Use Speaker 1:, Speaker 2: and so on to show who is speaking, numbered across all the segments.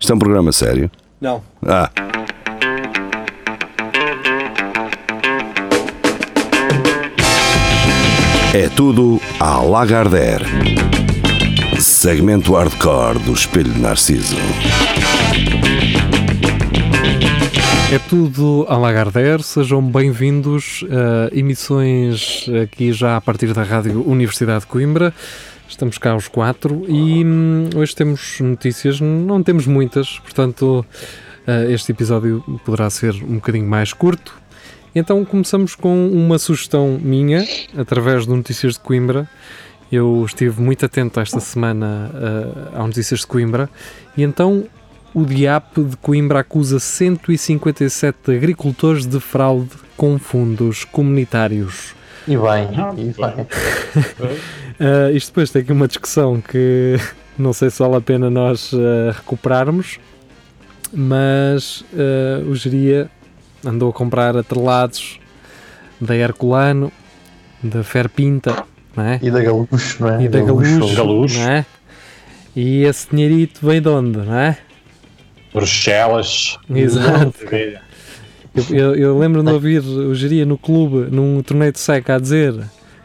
Speaker 1: Isto é um programa sério.
Speaker 2: Não.
Speaker 1: Ah, é tudo à Lagardère. Segmento hardcore do Espelho de Narciso.
Speaker 3: É tudo a Lagardère, sejam bem-vindos a emissões aqui já a partir da Rádio Universidade de Coimbra. Estamos cá os quatro e hum, hoje temos notícias, não temos muitas, portanto eh, este episódio poderá ser um bocadinho mais curto. Então começamos com uma sugestão minha, através do Notícias de Coimbra. Eu estive muito atento esta semana eh, ao Notícias de Coimbra e então o DIAP de Coimbra acusa 157 agricultores de fraude com fundos comunitários.
Speaker 4: E bem, e bem.
Speaker 3: Ah, isto depois tem aqui uma discussão que não sei se vale a pena nós ah, recuperarmos, mas ah, o Geria andou a comprar atrelados da Herculano, da Ferpinta, não é?
Speaker 4: E da Galuxo, não é?
Speaker 3: e da Galuxo,
Speaker 5: Galuxo.
Speaker 3: não é? E esse dinheirito vem de onde, não é?
Speaker 5: Bruxelas.
Speaker 3: Exato. Eu, eu- eu lembro-me de ouvir o Geria no clube, num torneio de seca, a dizer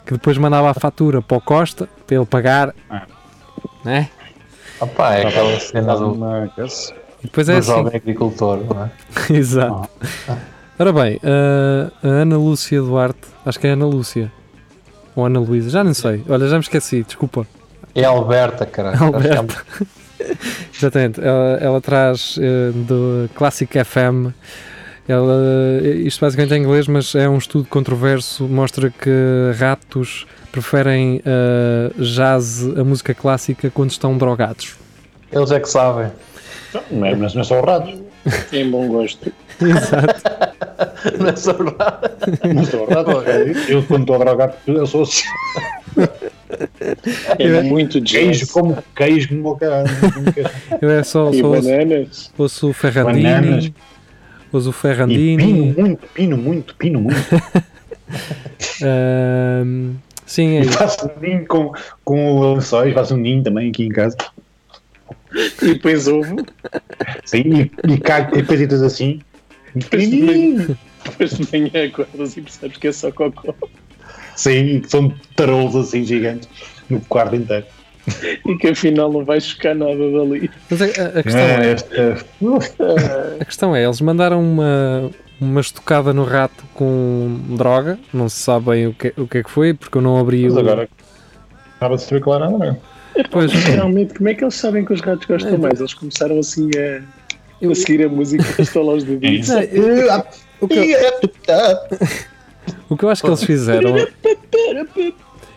Speaker 3: que depois mandava a fatura para o Costa para ele pagar. Né?
Speaker 4: Opa, é aquela cena do,
Speaker 3: E depois é
Speaker 4: do
Speaker 3: assim.
Speaker 4: jovem agricultor, não é?
Speaker 3: Exato. Ora bem, ah, a- a Ana Lúcia Duarte, acho que é Ana Lúcia. Ou Ana Luísa, já não sei. Olha, já me esqueci, desculpa.
Speaker 4: É Alberta, cara.
Speaker 3: Alberta. Exatamente, ela, ela traz eh, do Classic FM. Ela, isto basicamente é em inglês, mas é um estudo controverso. Mostra que ratos preferem eh, jazz, a música clássica, quando estão drogados.
Speaker 4: Eles é que sabem.
Speaker 5: Não é, mas não é só o rato.
Speaker 6: Tem bom gosto.
Speaker 3: Exato.
Speaker 4: Não é só verdade.
Speaker 5: Não é só o rato. Eu, quando estou a drogar, eu sou assim.
Speaker 6: É muito jazz.
Speaker 5: queijo, como queijo, como caralho.
Speaker 3: Eu é só,
Speaker 6: E
Speaker 3: só ouço,
Speaker 6: bananas.
Speaker 3: ouço o
Speaker 5: Bananas.
Speaker 3: Ferrandini, ouço o
Speaker 5: E pino
Speaker 3: Ferrandini.
Speaker 5: muito, pino muito, pino muito.
Speaker 3: ahm, sim, é
Speaker 5: E
Speaker 3: isso.
Speaker 5: faço um ninho com, com lençóis, faço um ninho também aqui em casa.
Speaker 6: E depois ovo.
Speaker 5: Sim, e, e cago, e depois deitas assim. E pequenininho.
Speaker 6: Depois de manhã acordas e percebes que é só cocó.
Speaker 5: Sim, são tarolos assim gigantes no quarto inteiro.
Speaker 6: E que afinal não vais chocar nada dali.
Speaker 3: Mas a, a- a questão é.
Speaker 5: É, esta-
Speaker 3: A questão é, eles mandaram uma, uma estocada no rato com droga, não se sabe bem o que, o que é que foi, porque eu não abri
Speaker 5: mas
Speaker 3: o...
Speaker 5: agora. Estava a se ver claro, não é?
Speaker 3: Pois,
Speaker 6: Realmente, como é que eles sabem que os ratos gostam mais? Eles começaram assim a, a seguir a música e estalar os dedinhos.
Speaker 3: Não, o, que eu,
Speaker 5: é,
Speaker 3: o que eu acho que eles fizeram...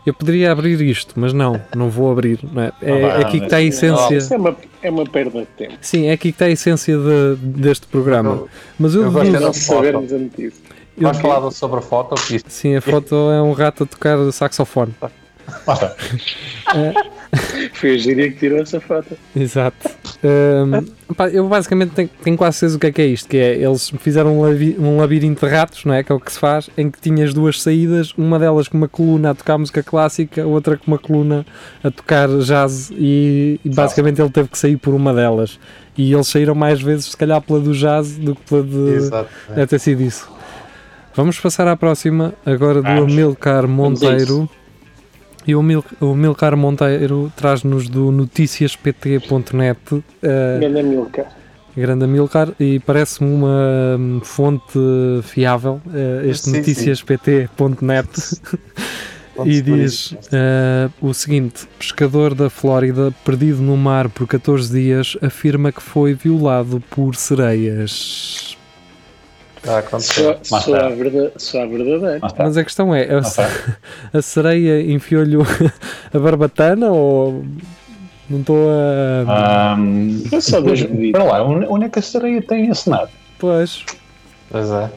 Speaker 3: Eu poderia abrir isto, mas não, não vou abrir. não é? É, é aqui que está a
Speaker 6: Isso
Speaker 3: essência...
Speaker 6: é uma, é uma perda de tempo.
Speaker 3: Sim, é aqui que está a essência de- deste programa. Mas eu é
Speaker 4: Eu gosto
Speaker 3: deduzo...
Speaker 4: dessa
Speaker 6: Não
Speaker 4: foto.
Speaker 6: sabermos a notícia.
Speaker 3: eu-
Speaker 4: Nós falávamos sobre a foto, que isto
Speaker 3: Sim, a foto é um rato a tocar saxofone.
Speaker 5: Lá está.
Speaker 6: Foi a gíria que tirou essa foto.
Speaker 3: Exato. Ahm, pá, eu basicamente tenho, tenho quase certeza o que é que é isto, que é eles fizeram um, lavi- um labirinto de ratos, não é? Que é o que se faz, em que tinhas duas saídas, uma delas com uma coluna a tocar música clássica, outra com uma coluna a tocar jazz e, e basicamente ele teve que sair por uma delas. E eles saíram mais vezes, se calhar, pela do jazz do que pela de...
Speaker 4: Exato.
Speaker 3: Deve ter sido isso. Vamos passar à próxima, agora do Amilcar Monteiro. E o Amil- o Amilcar Monteiro traz-nos do noticiaspt.net. eh,
Speaker 6: Ganda Milka.
Speaker 3: grande Amilcar, e parece-me uma hum, fonte fiável, eh, este
Speaker 4: Sim, sim.
Speaker 3: noticiaspt.net.
Speaker 4: Pode-se
Speaker 3: E diz
Speaker 4: por isso.
Speaker 3: eh, o seguinte: pescador da Flórida, perdido no mar por 14 dias, afirma que foi violado por sereias.
Speaker 4: Já aconteceu.
Speaker 6: Só, só, a verda, só a verdadeira.
Speaker 5: Lá está.
Speaker 3: Mas a questão é: a,
Speaker 5: Lá está.
Speaker 3: a sereia enfiou-lhe o- a barbatana ou não estou
Speaker 5: Ah.
Speaker 3: a.
Speaker 5: Ahm,
Speaker 6: Eu só
Speaker 5: Pois,
Speaker 6: vejo pedido.
Speaker 5: Espera lá, onde onde é que a sereia tem esse nada?
Speaker 3: Pois.
Speaker 4: Pois é.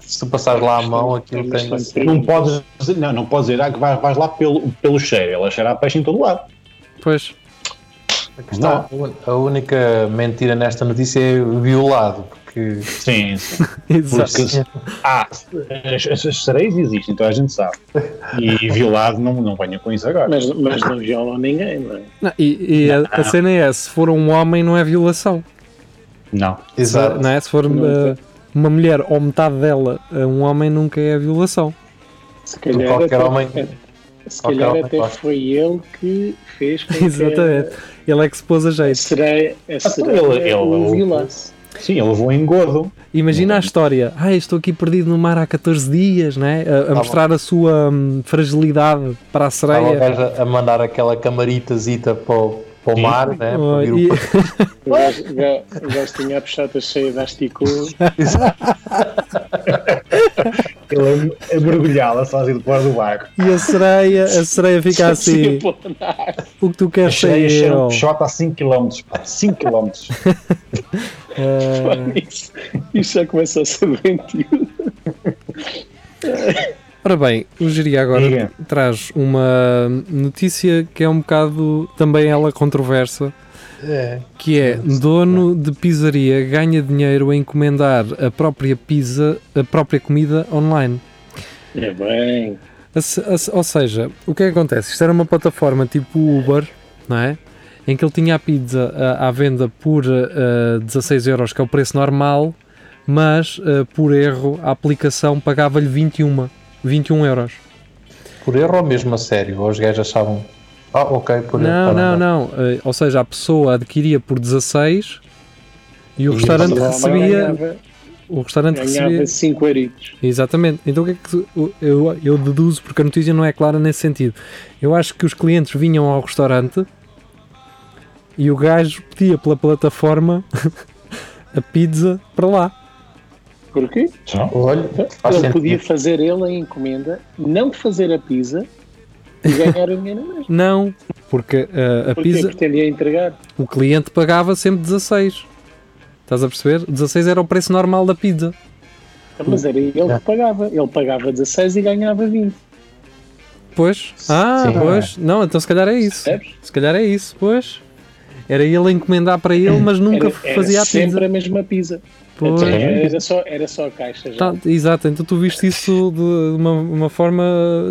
Speaker 4: Se tu passares lá a mão, aquilo tem. assim um
Speaker 5: Não podes dizer, não, não podes dizer ah, que vais, vais lá pelo, pelo cheiro, ela cheira a peixe em todo lado.
Speaker 3: Pois.
Speaker 4: Aqui está. A única mentira nesta notícia é violado, porque.
Speaker 5: Sim, sim.
Speaker 3: Exato.
Speaker 5: Porque se- ah, as, as- as sereias existem, então a gente sabe. E violado não, não venha com isso agora.
Speaker 6: Mas, mas não violam ninguém, não é?
Speaker 3: Não, e e a, a cena é: se for um homem, não é violação.
Speaker 5: Não.
Speaker 4: Exato.
Speaker 3: Não é? Se for uh, uma mulher ou metade dela a um homem, nunca é violação.
Speaker 6: Se calhar,
Speaker 4: Qualquer
Speaker 6: até,
Speaker 4: homem-
Speaker 6: se
Speaker 4: qualquer
Speaker 6: calhar
Speaker 4: homem
Speaker 6: até
Speaker 4: gosta.
Speaker 6: foi ele que fez com que
Speaker 3: Exatamente. Ele é que se pôs a
Speaker 6: a
Speaker 3: jeito.
Speaker 4: Ah,
Speaker 6: sereia, a
Speaker 4: então
Speaker 6: sereia
Speaker 5: ele-
Speaker 4: é
Speaker 5: ele-
Speaker 6: o violasse.
Speaker 5: Sim, ele levou em engodo.
Speaker 3: Imagina a história. Ah, eu estou aqui perdido no mar há 14 dias, né? A, a mostrar a sua hum, fragilidade para a
Speaker 4: Estava o
Speaker 3: sereia.
Speaker 4: gajo a- a mandar aquela camaritazita para o, para o
Speaker 5: Sim.
Speaker 4: mar, né? Para
Speaker 3: Oh,
Speaker 4: vir o-
Speaker 3: e-
Speaker 6: O gajo- o gajo tinha a puxada cheia de asticô.
Speaker 5: Ele é a mergulhá-la sozinho do pôr do barco.
Speaker 3: E a sereia, a sereia fica assim.
Speaker 6: Tipo, na-
Speaker 3: O que tu queres é
Speaker 5: Achei
Speaker 3: ser
Speaker 5: cheiro
Speaker 3: eu?
Speaker 5: de Peixoto um a 5km. 5km.
Speaker 3: Ah,
Speaker 6: isso, isso
Speaker 5: é
Speaker 6: já começa a ser doentio.
Speaker 3: Ora bem, o Giri agora
Speaker 5: Diga.
Speaker 3: traz uma notícia que é um bocado também ela controversa,
Speaker 4: É.
Speaker 3: que é dono de pizzaria ganha dinheiro a encomendar a própria pizza, a própria comida online.
Speaker 6: É bem.
Speaker 3: A se- a se- Ou seja, o que é que acontece? Isto era uma plataforma tipo Uber, não é? Em que ele tinha a pizza ah, à venda por ah, 16 euros, que é o preço normal, mas ah, por erro a aplicação pagava-lhe 21, 21 euros.
Speaker 4: Por erro ou mesmo a sério? Ou os gajos achavam. Ah, ok, por
Speaker 3: Não,
Speaker 4: erro.
Speaker 3: não, não. Ah, ou seja, a pessoa adquiria por 16 e o
Speaker 4: E
Speaker 3: restaurante
Speaker 4: o
Speaker 3: recebia.
Speaker 6: Ganhava,
Speaker 3: O restaurante recebia.
Speaker 6: ganhava 5 aritos.
Speaker 3: Exatamente. Então o que é que eu- eu, eu deduzo, porque a notícia não é clara nesse sentido. Eu acho que os clientes vinham ao restaurante e o gajo pedia pela plataforma a pizza para lá.
Speaker 6: Porquê?
Speaker 4: Olha, faz
Speaker 6: ele
Speaker 4: sentido.
Speaker 6: podia fazer ele a encomenda, não fazer a pizza e ganhar o dinheiro mesmo.
Speaker 3: Não, porque uh, a
Speaker 6: Porque
Speaker 3: pizza,
Speaker 6: pretendia entregar.
Speaker 3: o cliente pagava sempre 16. Estás a perceber? 16 era o preço normal da pizza.
Speaker 6: Mas era ele que pagava. Ele pagava 16 e ganhava 20.
Speaker 3: Pois? Ah,
Speaker 4: Sim.
Speaker 3: pois. Não, então se calhar é isso.
Speaker 6: Percebes?
Speaker 3: Se calhar é isso, pois. Era ele a encomendar para ele, mas nunca
Speaker 6: Era, era
Speaker 3: fazia a pizza.
Speaker 6: sempre a mesma pizza.
Speaker 3: Pois.
Speaker 6: Era só, era só a caixa. Já.
Speaker 3: Tá, exato, então tu viste isso de uma, uma forma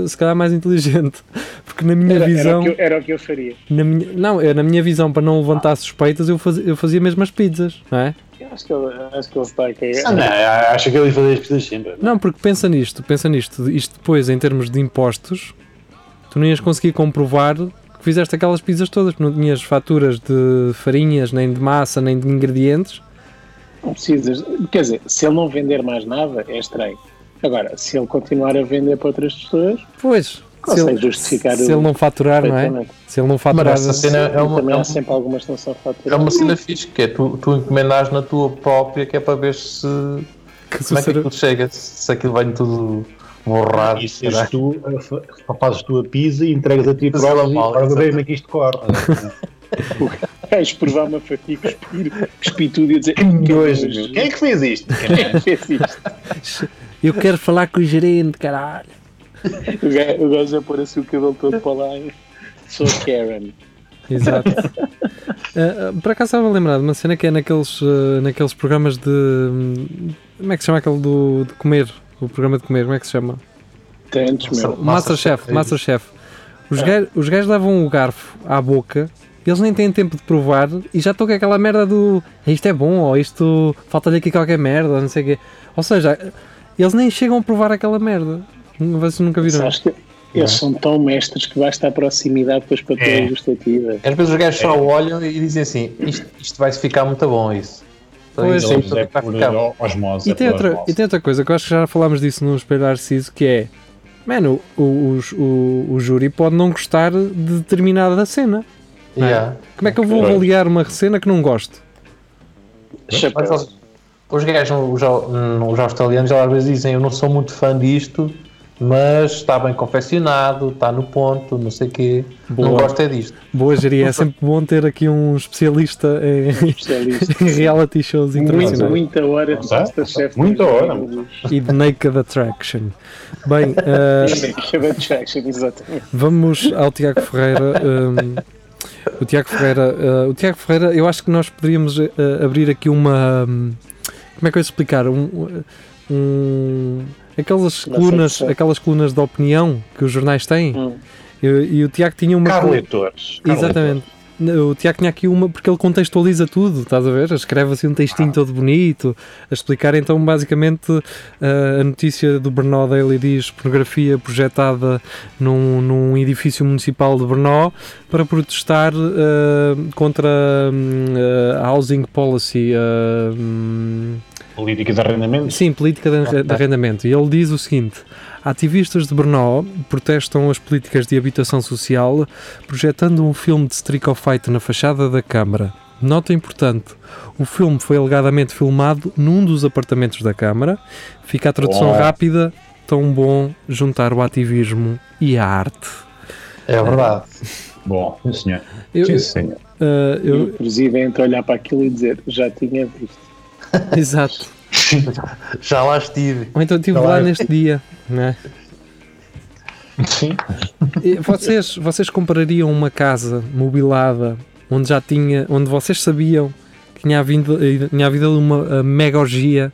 Speaker 3: se calhar mais inteligente, porque na minha
Speaker 6: Era, era,
Speaker 3: visão,
Speaker 6: o que eu, era o que eu faria.
Speaker 3: na minha, não, eu, na minha visão para não levantar suspeitas, eu fazia, eu fazia mesmo as pizzas, não é?
Speaker 6: Eu acho, que ele, acho que ele está a
Speaker 5: Ah,
Speaker 6: cagar.
Speaker 5: não, acho que ele ia fazer as coisas sempre.
Speaker 3: Não, porque pensa nisto, pensa nisto, isto depois em termos de impostos, tu não ias conseguir comprovar que fizeste aquelas pizzas todas, porque não tinhas faturas de farinhas, nem de massa, nem de ingredientes.
Speaker 6: Não precisas. Quer dizer, se ele não vender mais nada, é estranho. Agora, se ele continuar a vender para outras pessoas,
Speaker 3: Pois, se
Speaker 6: Consegue
Speaker 3: ele,
Speaker 6: justificar
Speaker 3: se ele
Speaker 6: o-
Speaker 3: não faturar, não é?
Speaker 6: perfeitamente.
Speaker 3: Se ele não
Speaker 4: Mas
Speaker 3: faturar,
Speaker 4: essa cena é uma,
Speaker 6: também
Speaker 4: é
Speaker 6: há
Speaker 4: uma,
Speaker 6: sempre algumas que não são
Speaker 4: é
Speaker 6: faturadas.
Speaker 4: uma cena fixe, que é tu, tu encomendas na tua própria, que é para ver se.
Speaker 3: que se
Speaker 4: Como é que
Speaker 3: ser-
Speaker 4: aquilo chega? Se se aquilo vai tudo borrado.
Speaker 5: E se
Speaker 4: caralho.
Speaker 5: tu eh, fa- fa- fazes tu a pisa e entregas a ti
Speaker 4: Mas
Speaker 5: próprio
Speaker 4: ela
Speaker 5: e
Speaker 4: mal,
Speaker 5: ora
Speaker 4: exato.
Speaker 5: bem como é que isto corre.
Speaker 6: Vais provar uma fatia que expir, cuspir tudo e dizer que
Speaker 5: Nojo,
Speaker 6: nojo.
Speaker 5: meu. Quem é que fez isto?
Speaker 6: Quem é que fez isto?
Speaker 3: Eu quero falar com o gerente, caralho.
Speaker 6: O ga- O gajo a pôr assim o cabelo todo para lá. e- Sou Karen.
Speaker 3: Exato. Ah, ah, por acaso estava a lembrar de uma cena que é naqueles, ah, naqueles programas de. hum, Como é que se chama aquele do, de comer? O programa de comer, como é que se chama?
Speaker 6: Tantos, meu.
Speaker 3: O Masterchef. Masterchef. Os, gajos, os gajos levam o garfo à boca, eles nem têm tempo de provar e já estão com aquela merda do isto é bom ou isto falta-lhe aqui qualquer merda, não sei o quê. Ou seja, eles nem chegam a provar aquela merda. Vocês nunca viram.
Speaker 6: Sabes que eles são tão mestres que basta a proximidade depois para ter
Speaker 5: É.
Speaker 6: a gustativa.
Speaker 4: Às vezes os gajos só olham e dizem assim: isto, isto vai ficar muito bom, isso. Então,
Speaker 3: Pois,
Speaker 4: isto é muito
Speaker 5: Eles é
Speaker 4: bom, vai
Speaker 5: por
Speaker 4: ficar bom.
Speaker 5: o- osmose.
Speaker 3: E
Speaker 5: é
Speaker 3: tem,
Speaker 5: por
Speaker 3: outra,
Speaker 5: osmose.
Speaker 3: e tem outra coisa que eu acho que já falámos disso no Espelho Arciso, que é mano, o, o, o, o júri pode não gostar de determinada cena. não é?
Speaker 4: Yeah.
Speaker 3: Como é que eu vou
Speaker 5: Claro.
Speaker 3: avaliar uma cena que não gosto?
Speaker 4: Mas,
Speaker 6: Chapéu.
Speaker 4: ó, os gajos, os, hum, os australianos, eles às vezes dizem: Eu não sou muito fã disto, mas está bem confeccionado, está no ponto, não sei o quê. Não
Speaker 3: Boa.
Speaker 4: gosto é disto.
Speaker 3: Boa geria, é sempre bom ter aqui um especialista em,
Speaker 6: Especialista.
Speaker 3: em reality shows
Speaker 6: Muito,
Speaker 3: internacionais
Speaker 6: muita hora
Speaker 5: Não
Speaker 6: de
Speaker 5: sei.
Speaker 6: Masterchef.
Speaker 5: Muita hora.
Speaker 3: e de Naked Attraction. Bem, eh,
Speaker 6: Acaba de Jackson, exatamente.
Speaker 3: Vamos ao Tiago Ferreira. hum, o Tiago Ferreira, eh, o Tiago Ferreira, eu acho que nós poderíamos eh, abrir aqui uma. hum, como é que eu ia explicar? Um, um- aquelas
Speaker 6: Uma
Speaker 3: colunas,
Speaker 6: secção.
Speaker 3: aquelas colunas de opinião que os jornais têm.
Speaker 6: Hum.
Speaker 3: E, e o Tiago tinha uma.
Speaker 5: Carletores.
Speaker 3: coluna-
Speaker 5: Carletores.
Speaker 3: Exatamente. o Tiago tinha aqui uma, porque ele contextualiza tudo, estás a ver? Escreve assim um textinho todo bonito, a explicar então basicamente eh, a notícia do Brno Daily diz pornografia projetada num, num edifício municipal de Brno para protestar eh, contra hum, a housing policy, eh, hum,
Speaker 5: Política de arrendamento.
Speaker 3: Sim, política de, de arrendamento. E ele diz o seguinte: ativistas de Brno protestam as políticas de habitação social, projetando um filme de Street of Fight na fachada da Câmara. Nota importante: o filme foi alegadamente filmado num dos apartamentos da Câmara. Fica a tradução
Speaker 5: Bom.
Speaker 3: rápida: tão bom juntar o ativismo e a arte.
Speaker 4: É verdade.
Speaker 5: Bom, sim, senhor.
Speaker 3: Eu,
Speaker 5: Sim, senhor.
Speaker 3: eh, eu-
Speaker 6: Inclusive, é entre olhar para aquilo e dizer, já tinha visto.
Speaker 3: exato.
Speaker 4: Já lá estive.
Speaker 3: Ou então estive
Speaker 4: Claro.
Speaker 5: é?
Speaker 3: lá neste dia, não é?
Speaker 5: Sim.
Speaker 3: E Vocês, vocês comprariam uma casa mobilada onde já tinha, onde vocês sabiam que tinha havido, eh, tinha havido ali uma eh, mega orgia?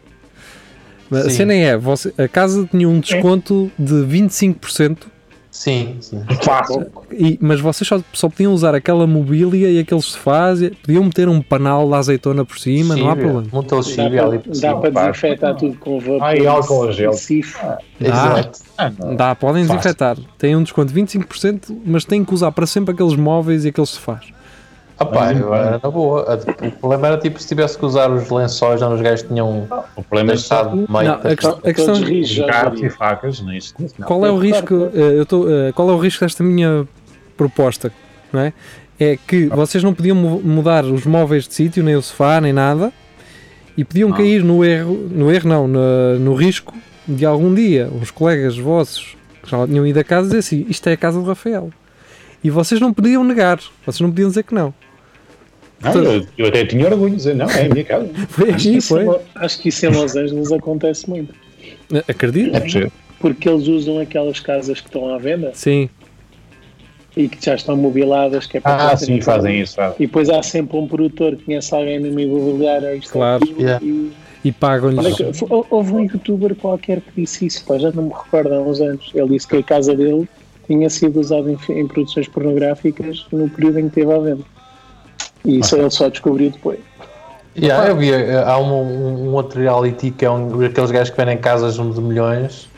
Speaker 3: A
Speaker 4: Sim.
Speaker 3: cena é, você- a casa tinha um desconto de 25%,
Speaker 4: Sim, sim.
Speaker 5: Fácil.
Speaker 3: e, mas vocês só, só podiam usar aquela mobília e aqueles sofás, e podiam meter um panal de azeitona por cima, não há
Speaker 4: Chívia,
Speaker 3: problema.
Speaker 4: Muita
Speaker 6: Dá
Speaker 4: lexívia ali
Speaker 6: para,
Speaker 4: por
Speaker 6: dá
Speaker 4: cima.
Speaker 6: para
Speaker 5: pá.
Speaker 6: desinfetar tudo com vapor.
Speaker 5: Ah, e álcool a gel.
Speaker 6: Cif.
Speaker 4: Exato.
Speaker 5: Ah, não.
Speaker 3: Dá, podem
Speaker 5: Fácil.
Speaker 3: desinfetar. Têm um desconto de 25%, mas têm que usar para sempre aqueles móveis e aqueles sofás.
Speaker 4: Ah, pá, eu era na boa. A- O problema era tipo se tivesse que usar os lençóis, não os gajos tinham
Speaker 5: O problema é só
Speaker 4: deixado meio.
Speaker 3: Não, a questão- a
Speaker 6: Todos
Speaker 3: questão,
Speaker 5: gatos e
Speaker 6: rijados.
Speaker 5: facas, não é isso? Não.
Speaker 3: Qual é o
Speaker 6: Claro,
Speaker 3: risco? eh, eu tô, eh, qual é o risco desta minha proposta? Não é? é que
Speaker 6: Ah.
Speaker 3: vocês não podiam mu- mudar os móveis de sítio, nem o sofá, nem nada, e podiam
Speaker 6: Ah.
Speaker 5: Não.
Speaker 3: cair no erro, no erro não, na- no, risco de algum dia uns colegas vossos que já lá tinham ido a casa dizer assim, isto é a casa do Rafael. E vocês não podiam negar, vocês não podiam dizer que não.
Speaker 5: Não, eu, eu até tinha orgulho de dizer, não, é a minha casa.
Speaker 3: Foi
Speaker 6: Acho que
Speaker 3: aqui,
Speaker 6: isso é em
Speaker 3: foi.
Speaker 6: Lo- Acho que isso em Los Angeles acontece muito.
Speaker 3: Acredito?
Speaker 5: É possível.
Speaker 6: Porque eles usam aquelas casas que estão à venda
Speaker 3: Sim.
Speaker 6: e que já estão mobiladas, que é para
Speaker 5: Ah,
Speaker 6: ter
Speaker 5: sim,
Speaker 6: sempre-
Speaker 5: fazem isso. fazem.
Speaker 6: E depois há sempre um produtor que conhece alguém no meio imobiliário. ou é Isto ou
Speaker 3: Claro.
Speaker 6: aquilo,
Speaker 4: Yeah.
Speaker 6: e-
Speaker 3: E pagam-lhes.
Speaker 6: Olha que f- hou- Houve um youtuber qualquer que disse isso, pá, já não me recordo há uns anos. Ele disse que a casa dele tinha sido usada em, fi- em produções pornográficas no período em que esteve à venda. E isso ele só descobriu depois.
Speaker 4: Yeah, eu vi, eh, há um, um, um outro reality que é um, aqueles gajos que vendem casas de milhões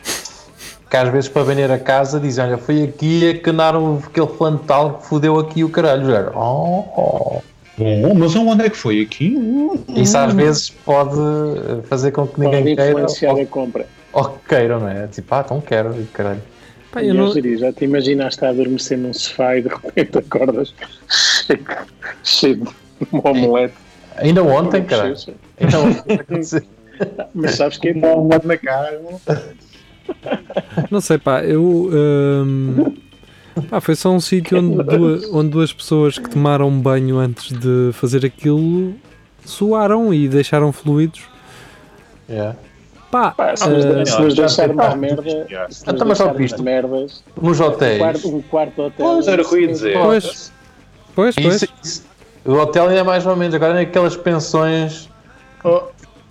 Speaker 4: que às vezes para vender a casa dizem, olha, foi aqui a canaram aquele plano tal que fodeu aqui o caralho. O gajo, "Oh, oh."
Speaker 5: Bom, mas onde é que foi aqui? Hum,
Speaker 4: Isso às vezes pode eh, fazer com que
Speaker 6: Pode
Speaker 4: ninguém queira
Speaker 6: influenciar
Speaker 4: ou,
Speaker 6: a compra.
Speaker 4: ou que queiram, não é? Tipo, ah, então quero, e caralho.
Speaker 3: Pá,
Speaker 6: E
Speaker 3: eu
Speaker 6: eu
Speaker 3: não-
Speaker 6: diria, já te imaginaste a adormecer num sofá e de repente acordas cheio, cheio de um omelete.
Speaker 4: Ainda ontem, caralho. Ainda ontem aconteceu.
Speaker 6: Mas sabes que é
Speaker 5: Dá um lado na cara.
Speaker 3: Não sei, pá, eu. hum, pá, foi só um sítio onde duas, onde duas pessoas que tomaram um banho antes de fazer aquilo suaram e deixaram fluidos.
Speaker 4: Yeah.
Speaker 3: Pá,
Speaker 6: Pá, se nos,
Speaker 3: eh,
Speaker 6: se nos
Speaker 5: já
Speaker 6: deixarem
Speaker 5: sei, pá,
Speaker 6: na merda,
Speaker 5: já.
Speaker 6: se nos
Speaker 4: Então, mas só
Speaker 6: deixarem
Speaker 4: visto.
Speaker 6: na merdas,
Speaker 4: Nos
Speaker 6: um
Speaker 4: hotéis.
Speaker 6: quarto, um quarto hotel. é
Speaker 3: pois, pois, pois.
Speaker 4: Isso- isso- o hotel ainda é mais ou menos, agora é aquelas pensões. Oh,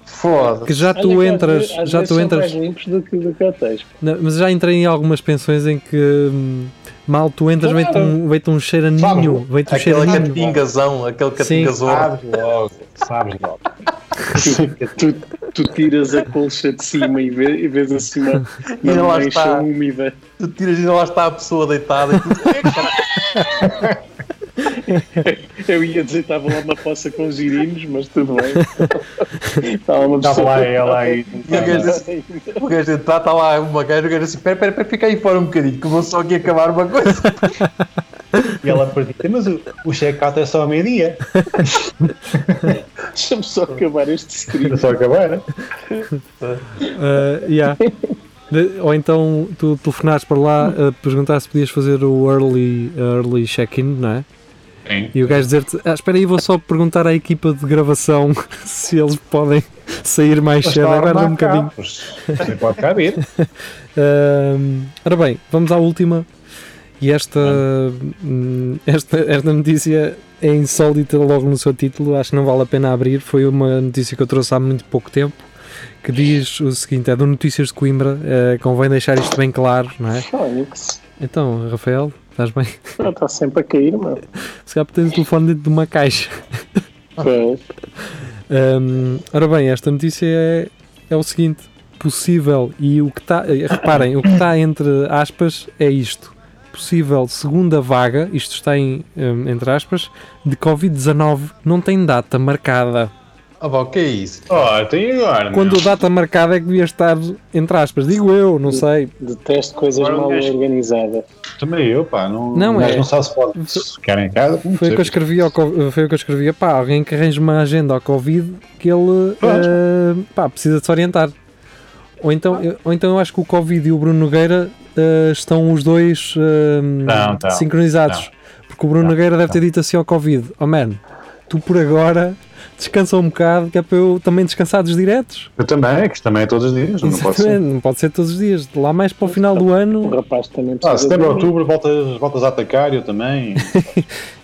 Speaker 3: Que
Speaker 4: Foda-se.
Speaker 3: já
Speaker 6: Olha
Speaker 3: tu
Speaker 6: que às
Speaker 3: entras,
Speaker 6: vezes- às
Speaker 3: já
Speaker 6: vezes
Speaker 3: tu
Speaker 6: são
Speaker 3: entras,
Speaker 6: mais limpos do que, do que hotéis.
Speaker 3: Não, mas já entrei em algumas pensões em que hum, mal tu entras, vem-te um, vem um cheiro a ninho, vem-te um cheiro a
Speaker 4: Aquele
Speaker 3: ninho.
Speaker 4: catingazão, aquele catingazão.
Speaker 5: Sabes logo, sabes logo.
Speaker 6: Tu, tu tiras a colcha de cima e, vê, e vês assim uma,
Speaker 4: E lá
Speaker 6: uma mancha
Speaker 4: está.
Speaker 6: úmida.
Speaker 4: Tu tiras e lá está a pessoa deitada. E tu,
Speaker 6: Eu ia dizer que estava lá uma poça com girinos, mas tudo bem. Estava uma
Speaker 5: Estava Tá lá é. ela aí.
Speaker 4: E o gajo o gajo de entrar, está lá uma gaja, o gajo assim, pera, pera, pera, fica aí fora um bocadinho, que eu vou só aqui acabar uma coisa.
Speaker 5: E ela pergunta, mas o, o check-out é só ao meio-dia.
Speaker 6: Deixa-me só acabar este stream.
Speaker 5: É só acabar, né?
Speaker 3: Ah, yeah. De- Ou então tu telefonares para lá a perguntar se podias fazer o early, early check-in, não é?
Speaker 5: Sim.
Speaker 3: E o gajo dizer-te: ah, Espera aí, vou só perguntar à equipa de gravação se eles podem sair mais
Speaker 5: tá
Speaker 3: cedo. Aguarda um bocadinho.
Speaker 5: Você pode caber.
Speaker 3: Ahm, ora bem, vamos à última. E esta, hum, esta, esta notícia é insólita logo no seu título, acho que não vale a pena abrir. Foi uma notícia que eu trouxe há muito pouco tempo. Que diz o seguinte: é do Notícias de Coimbra, eh, convém deixar isto bem claro, não é?
Speaker 6: Fónix.
Speaker 3: Então, Rafael, Estás bem?
Speaker 6: Não, está sempre a cair, mano.
Speaker 3: Se calhar tens o telefone dentro de uma caixa.
Speaker 6: Pois.
Speaker 3: Hum, ora bem, esta notícia é, é o seguinte: possível, e o que está, reparem, o que está entre aspas é isto: possível segunda vaga, isto está em, hum, entre aspas, de Covid-19, não tem data marcada.
Speaker 4: Ah, pá, o que é isso?
Speaker 5: Oh, tem agora.
Speaker 3: Quando a
Speaker 5: meu.
Speaker 3: data marcada é que devia estar entre aspas, digo eu, não sei.
Speaker 6: Detesto coisas
Speaker 5: Agora um
Speaker 6: mal
Speaker 5: gajo-
Speaker 6: organizadas.
Speaker 5: Também eu, pá. Não,
Speaker 3: Não
Speaker 5: mas
Speaker 3: é.
Speaker 5: não sabe se pode. Se querem em casa,
Speaker 3: Foi
Speaker 5: não
Speaker 3: o
Speaker 5: sei.
Speaker 3: que eu escrevi, ao, co- foi o que eu escrevi pá, alguém que arranje uma agenda ao Covid que ele
Speaker 5: Pois.
Speaker 3: eh, pá, precisa de se orientar. Ou então, eu, ou então eu acho que o Covid e o Bruno Nogueira eh, estão os dois eh,
Speaker 5: Não, tá. não,
Speaker 3: sincronizados. Porque o Bruno
Speaker 5: Não,
Speaker 3: Nogueira deve ter dito assim ao Covid: Oh man, tu por agora descansa um bocado, que é para eu também descansar dos diretos.
Speaker 5: Eu também, que também é todos os dias. Não pode ser. tá
Speaker 3: Não pode ser todos os dias, de lá mais para o final do
Speaker 6: O
Speaker 3: ano.
Speaker 6: Um rapaz também precisa.
Speaker 5: Ah, setembro,
Speaker 6: de-
Speaker 5: outubro, voltas, voltas a atacar, eu também.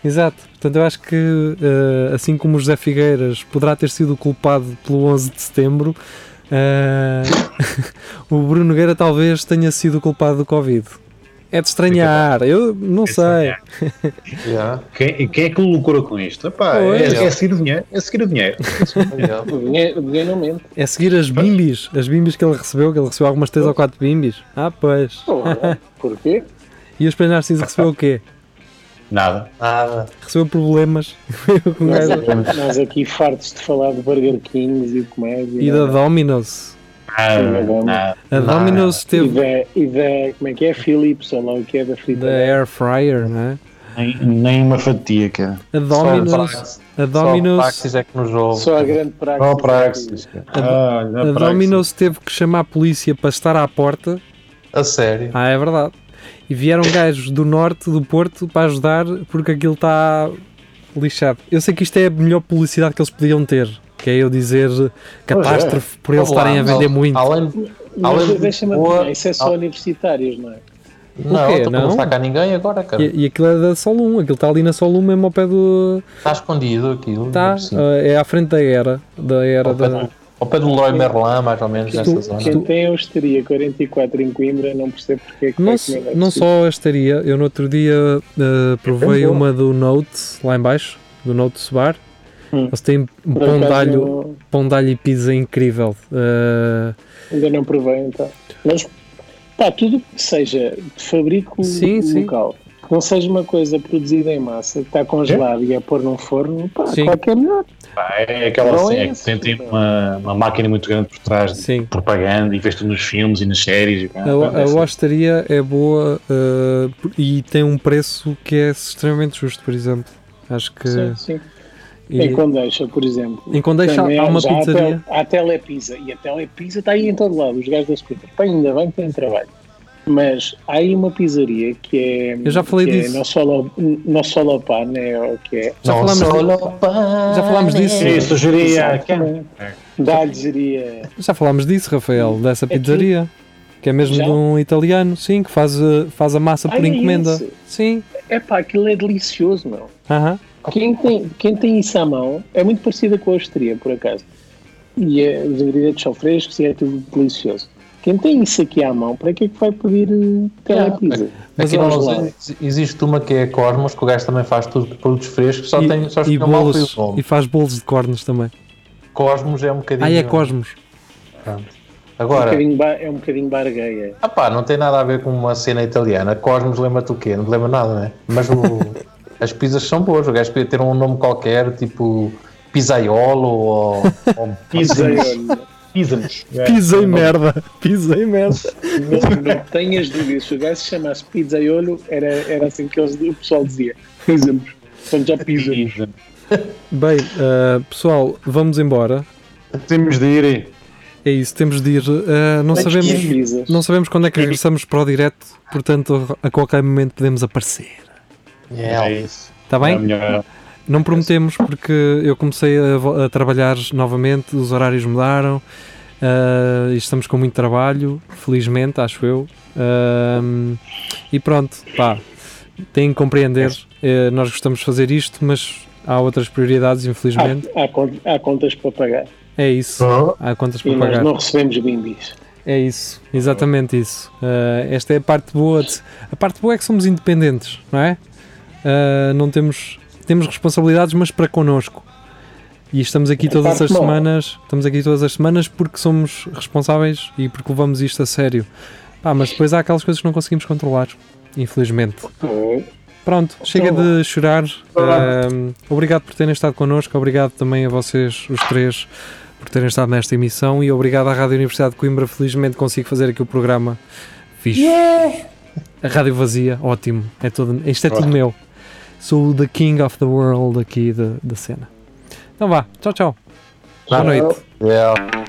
Speaker 3: Exato. Portanto, eu acho que, eh, assim como o José Figueiras poderá ter sido o culpado pelo 11 de setembro, eh, o Bruno Nogueira talvez tenha sido o culpado do Covid. É de estranhar, eu
Speaker 4: É
Speaker 3: não sei.
Speaker 4: Yeah,
Speaker 5: Quem, quem é que loucura com isto? Epá, é,
Speaker 3: Pois.
Speaker 5: é seguir o dinheiro. É seguir o dinheiro.
Speaker 4: yeah.
Speaker 6: O dinheiro, o dinheiro não mente.
Speaker 3: É seguir as bimbis, as bimbis que ele recebeu, que ele recebeu algumas 3 ou 4 bimbis. Ah, pois.
Speaker 6: Porra, porquê?
Speaker 3: E o Espelho Narciso recebeu o quê?
Speaker 5: Nada.
Speaker 4: Nada.
Speaker 3: Recebeu problemas Com
Speaker 6: Nós,
Speaker 3: essa-
Speaker 6: aqui- nós aqui fartos de falar de Burger Kings e de comédia.
Speaker 3: e da Dominos.
Speaker 5: Nada. nada.
Speaker 3: A
Speaker 4: Não.
Speaker 3: Dominos
Speaker 6: E
Speaker 3: teve
Speaker 6: da, e da- Como é que é? Philips, ou lá o que é da
Speaker 3: da
Speaker 6: frita.
Speaker 3: Air Fryer, não é?
Speaker 5: Nem, nem uma fatia, cara.
Speaker 3: A Dominos, a
Speaker 4: Dominos.
Speaker 3: Dominos
Speaker 4: Praxis é que nos ouve.
Speaker 6: Só a grande praxe.
Speaker 5: Só praxis, cara. Ah, olha,
Speaker 3: A
Speaker 5: praxis.
Speaker 3: Domino's teve que chamar a polícia para estar à porta.
Speaker 4: A sério.
Speaker 3: Ah, é verdade. E vieram gajos do norte, do Porto, para ajudar porque aquilo está lixado. Eu sei que isto é a melhor publicidade que eles podiam ter. Que é eu dizer catástrofe por eles
Speaker 4: Vamos lá,
Speaker 3: estarem a
Speaker 4: mas
Speaker 3: vender
Speaker 4: al-
Speaker 3: muito.
Speaker 4: Além de.
Speaker 6: Mas
Speaker 4: Além de
Speaker 6: deixa-me
Speaker 4: boa-
Speaker 6: adivinhar, isso é só
Speaker 4: Al-
Speaker 6: universitários, não é?
Speaker 4: Não,
Speaker 3: quê?
Speaker 4: então
Speaker 3: Não?
Speaker 4: não está cá ninguém agora, cara.
Speaker 3: E, e aquilo é da Solum, aquilo está ali na Solum mesmo ao pé do.
Speaker 4: Está escondido aquilo.
Speaker 3: Tá,
Speaker 4: Tá.
Speaker 3: ah, é à frente da era. Da era
Speaker 4: Ao pé,
Speaker 3: da.
Speaker 4: do, ao pé do Leroy Merlin, mais ou menos, nessa zona.
Speaker 6: Quem tem a Osteria 44 em Coimbra não percebe porque é que
Speaker 3: Não,
Speaker 6: vai
Speaker 3: s-
Speaker 6: comer lá
Speaker 3: não
Speaker 6: de cima.
Speaker 3: só a estaria, eu no outro dia ah, provei uma do Note lá em baixo, do Note Bar.
Speaker 6: Hum.
Speaker 3: Eles têm um
Speaker 6: Por acaso,
Speaker 3: pão de alho
Speaker 6: não-
Speaker 3: pão de alho e pizza incrível. Uh,
Speaker 6: Ainda não provei, então. Mas, pá, tudo que seja de fabrico
Speaker 3: Sim, sim.
Speaker 6: local, que não seja uma coisa produzida em massa, que está congelada e é pôr num forno, pá,
Speaker 3: Sim.
Speaker 6: qualquer é melhor.
Speaker 5: Pá, É aquela
Speaker 6: Não
Speaker 5: assim,
Speaker 6: é
Speaker 5: é que
Speaker 6: isso,
Speaker 5: tem, tem
Speaker 6: cara.
Speaker 5: uma, uma máquina muito grande por trás de
Speaker 3: Sim.
Speaker 5: propaganda e vês tudo nos filmes e nas séries. e, pá,
Speaker 6: Ah,
Speaker 3: a, a
Speaker 5: parece-
Speaker 3: hostaria é boa uh, e tem um preço que é extremamente justo, por exemplo. Acho que.
Speaker 6: Sim, sim.
Speaker 3: e-
Speaker 6: Em Condeixa, por exemplo.
Speaker 3: Em Condeixa
Speaker 6: Também
Speaker 3: há uma
Speaker 6: já
Speaker 3: pizzaria?
Speaker 6: Há, tel, há telepizza. E a telepizza está aí em todo lado. Os gajos da Scooter. Pá, ainda bem que tem trabalho. Mas há aí uma pizzaria que é.
Speaker 3: Eu já falei
Speaker 6: que
Speaker 3: disso.
Speaker 6: É não solo, não solo pan, é o que é.
Speaker 3: Já
Speaker 4: Não,
Speaker 3: falámos
Speaker 4: solo
Speaker 3: Já falámos disso.
Speaker 5: Sim, sugeria.
Speaker 6: Dá-lhe
Speaker 3: Já falámos disso, Rafael, dessa
Speaker 6: Aqui?
Speaker 3: pizzaria. Que é mesmo
Speaker 6: É Já?
Speaker 3: de um italiano, sim, que faz, uh, faz a massa
Speaker 6: Ah,
Speaker 3: por
Speaker 6: é
Speaker 3: encomenda.
Speaker 6: isso?
Speaker 3: Sim.
Speaker 6: É pá, aquilo é delicioso, meu.
Speaker 3: Aham.
Speaker 6: Quem tem, quem tem isso à mão é muito parecida com a austria, por acaso. E é, os ingredientes são frescos e é tudo delicioso. Quem tem isso aqui à mão, para que é que vai pedir eh, telepizza? um
Speaker 3: Mas
Speaker 4: Aqui não
Speaker 6: vamos lá.
Speaker 4: existe uma que é a Cosmos, que o gajo também faz tudo de produtos frescos, só
Speaker 3: E-
Speaker 4: tem só
Speaker 3: e,
Speaker 4: escolheu mal foi
Speaker 3: bolos,
Speaker 4: o nome.
Speaker 3: e faz bolos de cornos também.
Speaker 4: Cosmos é um bocadinho.
Speaker 3: Ah, é Cosmos.
Speaker 6: É um
Speaker 4: Agora,
Speaker 6: bocadinho ba- é um bocadinho bargueia.
Speaker 4: ah pá, não tem nada a ver com uma cena italiana. Cosmos lembra-te o quê? Não te lembra nada, né? Mas o- as pizzas são boas. O gajo podia ter um nome qualquer, tipo Pizzaiolo ou. ou
Speaker 5: Pisa-nos. Pisa-nos.
Speaker 3: Pisei merda. Pisei merda.
Speaker 6: Não, não tenhas dúvidas. Se o gajo se chamasse pizza e olho, era, era assim que eles- o pessoal dizia. Fizemos. Estamos já pizza.
Speaker 5: Pisa-nos.
Speaker 3: Bem, uh, pessoal, vamos embora.
Speaker 5: Temos de ir.
Speaker 3: É isso, temos de ir. Uh, não sabemos.
Speaker 6: Pizzas.
Speaker 3: Não sabemos quando é que regressamos para o direto, portanto, a qualquer momento podemos aparecer.
Speaker 5: É
Speaker 4: yeah.
Speaker 5: isso.
Speaker 3: Está
Speaker 5: É
Speaker 3: bem?
Speaker 5: melhor.
Speaker 3: Não prometemos, porque eu comecei a, vo- a trabalhar novamente, os horários mudaram ah, e estamos com muito trabalho, felizmente, acho eu. Ahm, e pronto, pá, têm que compreender. eh, nós gostamos de fazer isto, mas há outras prioridades,
Speaker 6: Ah.
Speaker 3: infelizmente.
Speaker 6: Há, há, con- há contas para pagar.
Speaker 3: É isso. Há contas
Speaker 6: Ah. E
Speaker 3: para
Speaker 6: nós
Speaker 3: pagar.
Speaker 6: não recebemos bimbis.
Speaker 3: É isso, exatamente isso. Ah, esta é a parte boa. De, a parte boa é que somos independentes, não é? Ah, não temos, temos responsabilidades, mas para connosco. E estamos aqui
Speaker 6: A
Speaker 3: todas
Speaker 6: É parte
Speaker 3: as
Speaker 6: boa.
Speaker 3: semanas, estamos aqui todas as semanas porque somos responsáveis e porque levamos isto a sério. Pá, mas depois há aquelas coisas que não conseguimos controlar, infelizmente. Pronto, chega de chorar.
Speaker 6: Tá
Speaker 3: Ahm, obrigado por terem estado connosco, obrigado também a vocês, os três, por terem estado nesta emissão e obrigado à Rádio Universidade de Coimbra. Felizmente consigo fazer aqui o programa. Fiz. A Rádio Vazia, ótimo. É todo, isto é tudo meu. Sou o The King of the World aqui da, da cena. Então vá, tchau, tchau. Boa noite.
Speaker 4: Yeah.